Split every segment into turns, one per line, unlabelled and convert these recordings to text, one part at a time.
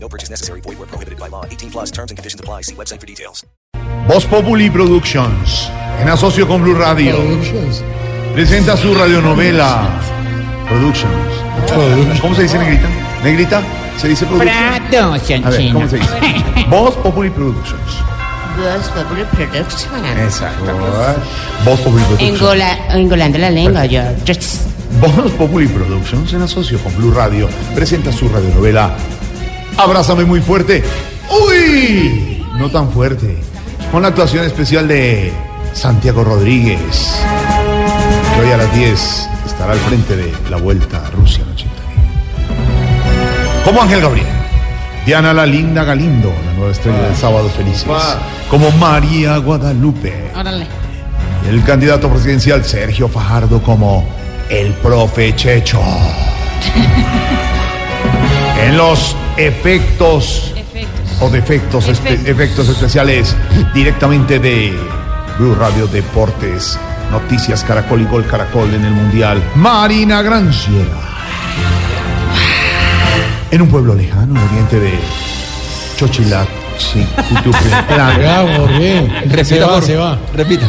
No purchase necessary. Void where prohibited by law. 18 plus terms and conditions apply. See website for details.
Voz Populi Productions, en asocio con Blue Radio, presenta su radionovela Productions. ¿Cómo se dice negrita? ¿Negrita? ¿Se dice Productions?
Prado,
A ver,
Sanchino.
¿cómo se dice? Voz Populi Productions. Exacto. Voz Populi Productions.
Engola- engolando la lengua, yo.
Voz Populi Productions, en asocio con Blue Radio, presenta su radionovela Abrázame muy fuerte. ¡Uy! No tan fuerte. Con la actuación especial de Santiago Rodríguez. Que hoy a las 10 estará al frente de la vuelta a Rusia en 80. Como Ángel Gabriel. Diana la linda Galindo, la nueva estrella del Sábado Felices. Como María Guadalupe.
Órale.
El candidato presidencial Sergio Fajardo como el profe Checho. en los efectos, o defectos, espe- efectos especiales directamente de Blue Radio Deportes, Noticias Caracol y Gol Caracol en el Mundial. Marina Granciera. En un pueblo lejano, al oriente de Chochilat,
Repita, por- Repita.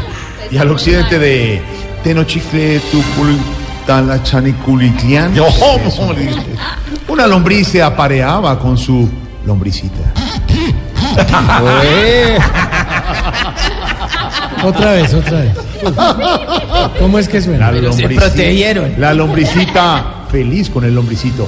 y al occidente de Tenochicle, Tupultalachaneculitlián. Una lombriz se apareaba con su lombricita.
Eh. Otra vez, otra vez. ¿Cómo es que suena?
se
lombricita-
protegieron.
La lombricita feliz con el lombricito.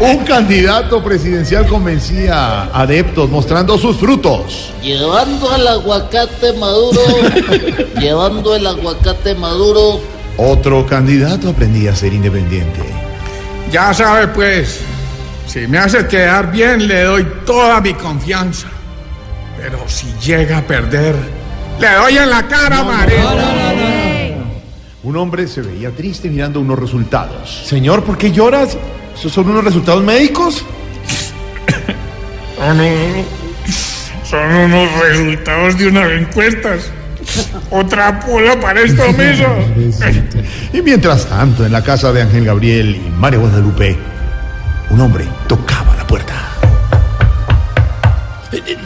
Un candidato presidencial convencía a adeptos mostrando sus frutos.
Llevando el aguacate maduro, llevando el aguacate maduro,
Otro candidato aprendía a ser independiente.
Ya sabe pues, si me hace quedar bien le doy toda mi confianza. Pero si llega a perder, le doy en la cara, María.
Un hombre se veía triste mirando unos resultados.
Señor, ¿por qué lloras? ¿Esos son unos resultados médicos?
Son, un- son unos resultados de unas encuestas. Otra pola para esta mesa.
Y mientras tanto, en la casa de Ángel Gabriel y María Guadalupe, un hombre tocaba la puerta.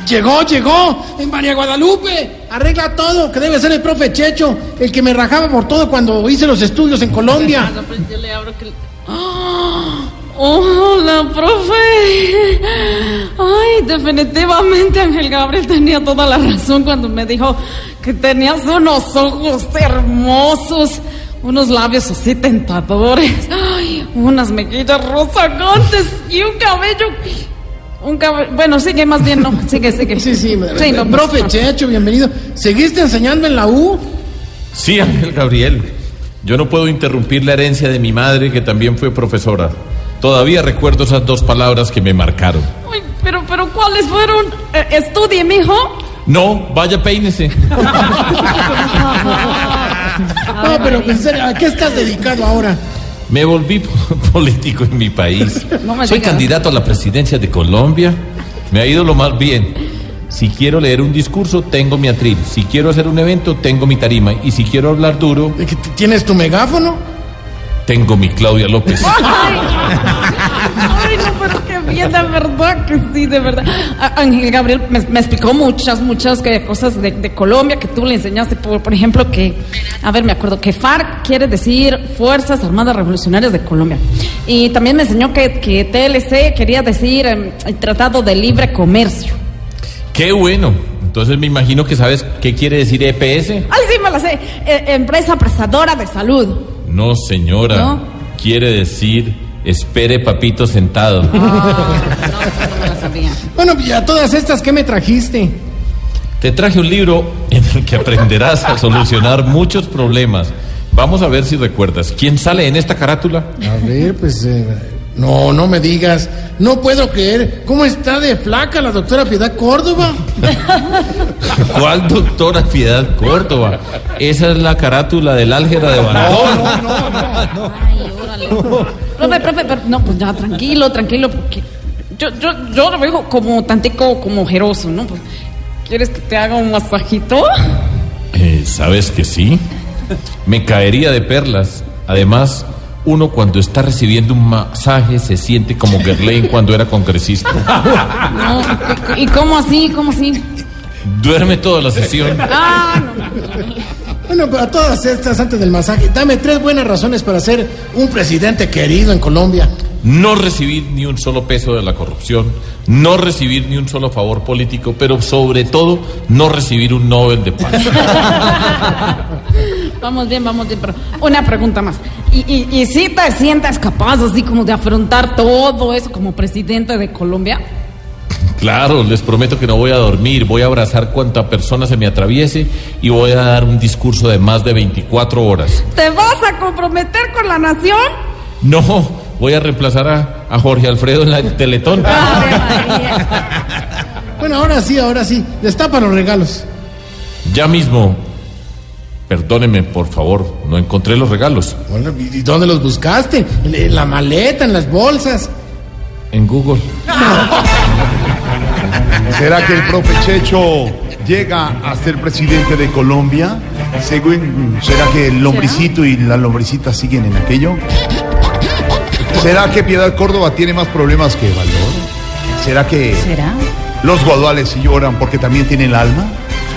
Llegó, llegó. En María Guadalupe. Arregla todo, que debe ser el profe Checho, el que me rajaba por todo cuando hice los estudios en Colombia.
Yo le abro que... Hola, profe. Ay, definitivamente Ángel Gabriel tenía toda la razón cuando me dijo que tenías unos ojos hermosos, unos labios así tentadores, ay, unas mejillas rozagantes y un cabello... Un cabello... Bueno, sigue más bien, no, sigue, sigue.
Sí, sí, me-
no, pues.
me- profe Checho, bienvenido. ¿Seguiste enseñando en la U?
Sí, Ángel Gabriel. Yo no puedo interrumpir la herencia de mi madre, que también fue profesora. Todavía recuerdo esas dos palabras que me marcaron.
Ay, pero, pero, ¿cuáles fueron? Eh, estudie, mijo.
No, vaya, peínese.
No, pero en serio, ¿a qué estás dedicado ahora?
Me volví po- político en mi país.
No me
Soy
diga.
candidato a la presidencia de Colombia. Me ha ido lo más bien. Si quiero leer un discurso, tengo mi atril. Si quiero hacer un evento, tengo mi tarima. Y si quiero hablar duro,
¿De que t- ¿Tienes tu megáfono?
tengo mi Claudia López.
Ay, ay, no, pero qué bien, de verdad que sí, de verdad. A- Ángel Gabriel me, me explicó muchas, muchas que- cosas de, de Colombia que tú le enseñaste, por, por ejemplo, que, a ver, me acuerdo que FARC quiere decir Fuerzas Armadas Revolucionarias de Colombia. Y también me enseñó que, que TLC quería decir em, el Tratado de Libre Comercio.
Qué bueno. Entonces me imagino que sabes qué quiere decir E EPS.
Ay, sí, me la sé. Eh, empresa prestadora de salud.
No, señora.
¿No?
Quiere decir, espere papito sentado.
No, no me la sabía.
Bueno, pues, y a todas estas, ¿qué me trajiste?
Te traje un libro en el que aprenderás a solucionar muchos problemas. Vamos a ver si recuerdas. ¿Quién sale en esta carátula?
A ver, pues eh, No, no me digas. No puedo creer cómo está de flaca la doctora Piedad Córdoba.
¿Cuál doctora Piedad Córdoba? Esa es la carátula del álgebra de Barahona.
Ay, órale. Profe, profe, pero- no, pues ya, tranquilo, tranquilo, porque yo, yo, yo lo veo como tantico, como ojeroso, ¿no? Pues, ¿Quieres que te haga un masajito?
Eh, ¿Sabes que sí? Me caería de perlas. Además, uno cuando está recibiendo un masaje se siente como Gerlain cuando era congresista.
No, ¿y y cómo así? ¿Cómo así?
Duerme toda la sesión.
Ah, no, no.
Bueno, pero a todas estas, antes del masaje, dame tres buenas razones para ser un presidente querido en Colombia.
No recibir ni un solo peso de la corrupción, no recibir ni un solo favor político, pero sobre todo no recibir un Nobel de paz.
Vamos bien, vamos bien, pero una pregunta más. ¿Y, y, y si te sientas capaz así como de afrontar todo eso como presidente de Colombia?
Claro, les prometo que no voy a dormir, voy a abrazar cuanta persona se me atraviese y voy a dar un discurso de más de 24 horas.
¿Te vas a comprometer con la nación?
No, voy a reemplazar a, a Jorge Alfredo en la del Teletón.
Ave María.
Bueno, ahora sí, ahora sí. Destapa los regalos.
Ya mismo. Perdónenme, por favor, no encontré los regalos.
Bueno, ¿y dónde los buscaste? En- En la maleta, en las bolsas.
En Google.
¿Será que el profe Checho llega a ser presidente de Colombia? Según- ¿Será que el lombricito y la lombricita siguen en aquello? ¿Será que Piedad Córdoba tiene más problemas que valor? ¿Será que
¿Será?
los guaduales sí lloran porque también tienen el alma?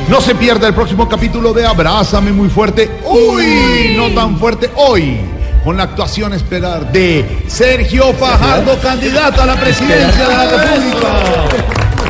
No se pierda el próximo capítulo de Abrázame muy fuerte. Uy, no tan fuerte hoy. Con la actuación esperar de Sergio Fajardo, candidato a la presidencia de la República.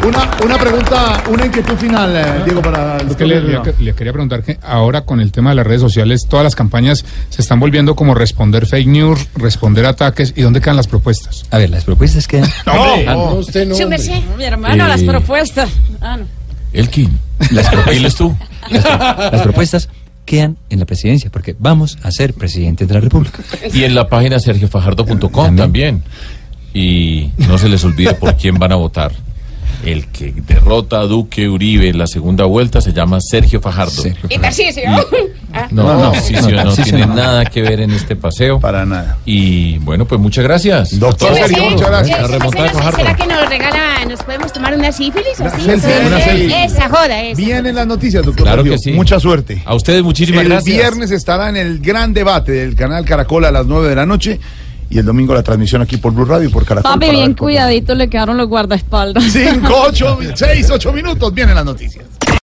Una, una pregunta, una inquietud final, eh, Diego, para el
que
doctor
le,
Herrera.
le- le quería preguntar que ahora con el tema de las redes sociales, todas las campañas se están volviendo como responder fake news, responder ataques, ¿y dónde quedan las propuestas?
A ver, las propuestas que
No, usted no. hombre.
Mi hermano, las propuestas. Ah, no.
Elkin.
Las propuestas.
Diles tú.
las, pro- las propuestas quedan en la presidencia, porque vamos a ser presidente de la República.
Y en la página sergiofajardo.com también. Y no se les olvide por quién van a votar. El que derrota a Duque Uribe en la segunda vuelta se llama Sergio Fajardo.
Sergio
Y Tarcisio.
No,
No, no,
no, sí,
no,
sí, no,
sí, sí,
tiene
no.
nada que ver en este paseo.
Para nada.
Y bueno, pues muchas gracias.
Doctor
Doctor
Sergio, muchas
La
gracias.
remontada de Fajardo.
¿Será que nos regala, nos podemos tomar una sífilis?
Una
así?
selfie,
Entonces,
una selfie.
Esa joda, esa.
Vienen las noticias, doctor.
Claro que
Cardio.
sí.
Mucha suerte.
A ustedes muchísimas
el
gracias.
viernes estará en el gran debate del canal Caracol a las 9 de la noche y el domingo la transmisión aquí por Blue Radio y por Caracol.
Papi,
para
bien
ver cómo-
cuidadito le quedaron los guardaespaldas.
Cinco, ocho, seis, ocho minutos. Vienen las noticias.